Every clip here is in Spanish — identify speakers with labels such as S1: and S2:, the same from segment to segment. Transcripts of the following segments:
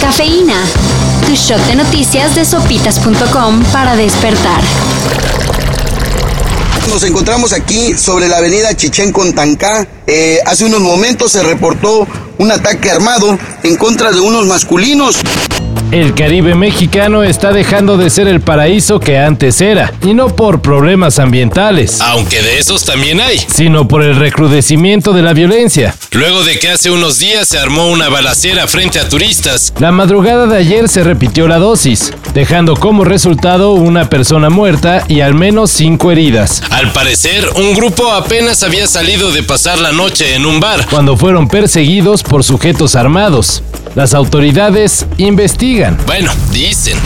S1: Cafeína. Tu shot de noticias de sopitas.com para despertar.
S2: Nos encontramos aquí sobre la avenida Chichén Contancá. Eh, hace unos momentos se reportó un ataque armado en contra de unos masculinos.
S3: El Caribe mexicano está dejando de ser el paraíso que antes era, y no por problemas ambientales,
S4: Aunque de esos también hay.
S3: sino por el recrudecimiento de la violencia.
S4: Luego de que hace unos días se armó una balacera frente a turistas,
S3: La madrugada de ayer se repitió la dosis, dejando como resultado una persona muerta y al menos cinco heridas,
S4: al parecer un grupo apenas había salido de pasar la noche en un bar.
S3: cuando fueron perseguidos por sujetos armados. Las autoridades investigan.
S4: Bueno, dicen.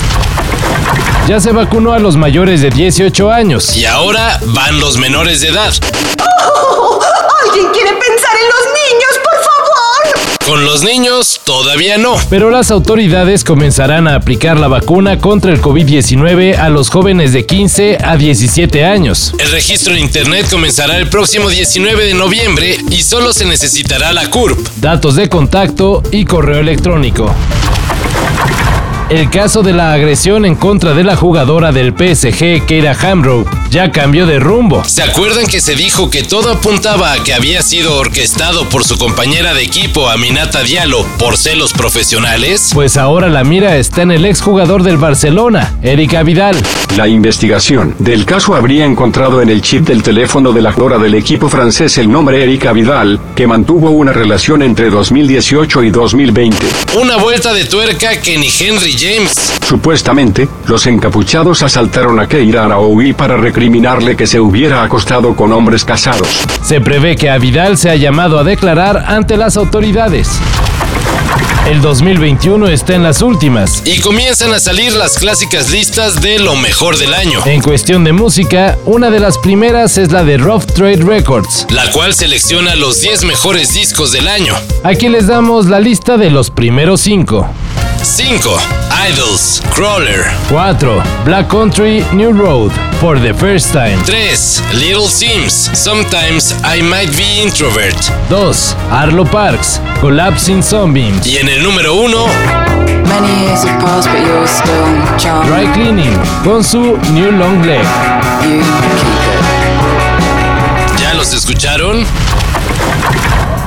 S3: Ya se vacunó a los mayores de 18 años.
S4: Y ahora van los menores de edad.
S5: ¿Alguien quiere pensar en los niños, por favor?
S4: Con los niños todavía no.
S3: Pero las autoridades comenzarán a aplicar la vacuna contra el COVID-19 a los jóvenes de 15 a 17 años.
S4: El registro en internet comenzará el próximo 19 de noviembre y solo se necesitará la CURP.
S3: Datos de contacto y correo electrónico. El caso de la agresión en contra de la jugadora del PSG, Keira Hamrow, ya cambió de rumbo.
S4: ¿Se acuerdan que se dijo que todo apuntaba a que había sido orquestado por su compañera de equipo Aminata Diallo por celos profesionales?
S3: Pues ahora la mira está en el exjugador del Barcelona, Erika Vidal.
S6: La investigación del caso habría encontrado en el chip del teléfono de la jugadora del equipo francés el nombre Erika Vidal, que mantuvo una relación entre 2018 y 2020.
S4: Una vuelta de tuerca que ni Henry James.
S6: Supuestamente, los encapuchados asaltaron a Keira Araoui para recriminarle que se hubiera acostado con hombres casados.
S3: Se prevé que a Vidal sea llamado a declarar ante las autoridades. El 2021 está en las últimas.
S4: Y comienzan a salir las clásicas listas de lo mejor del año,
S3: En cuestión de música, una de las primeras es la de Rough Trade Records.
S4: la cual selecciona los 10 mejores discos del año.
S3: Aquí les damos la lista de los primeros 5.
S4: 5. Idols, Crawler.
S3: 4. Black Country New Road, For the First Time.
S4: 3. Little Sims, Sometimes I Might Be Introvert.
S3: 2. Arlo Parks, Collapsing Sunbeams.
S4: Y en el número 1,
S7: Many years have passed, but you're still charming.
S3: Dry Cleaning, con su New Long Leg.
S7: You keep it.
S4: ¿ya los escucharon?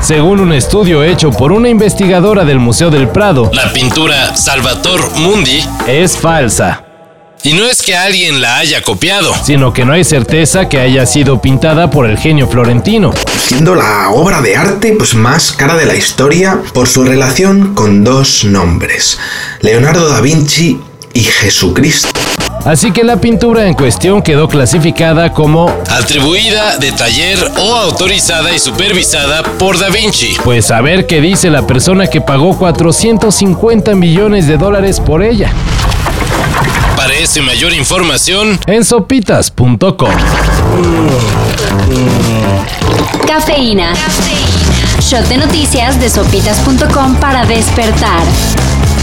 S3: Según un estudio hecho por una investigadora del Museo del Prado,
S4: La pintura Salvator Mundi.
S3: es falsa,
S4: Y no es que alguien la haya copiado.
S3: sino que no hay certeza que haya sido pintada por el genio florentino.
S8: siendo la obra de arte pues, más cara de la historia por su relación con dos nombres, Leonardo da Vinci y Jesucristo.
S3: Así que la pintura en cuestión quedó clasificada como
S4: Atribuida de taller o autorizada y supervisada por Da Vinci.
S3: Pues a ver qué dice la persona que pagó 450 millones de dólares por ella
S4: Para eso y mayor información,
S3: en sopitas.com.
S1: Cafeína. Shot de noticias de sopitas.com para despertar.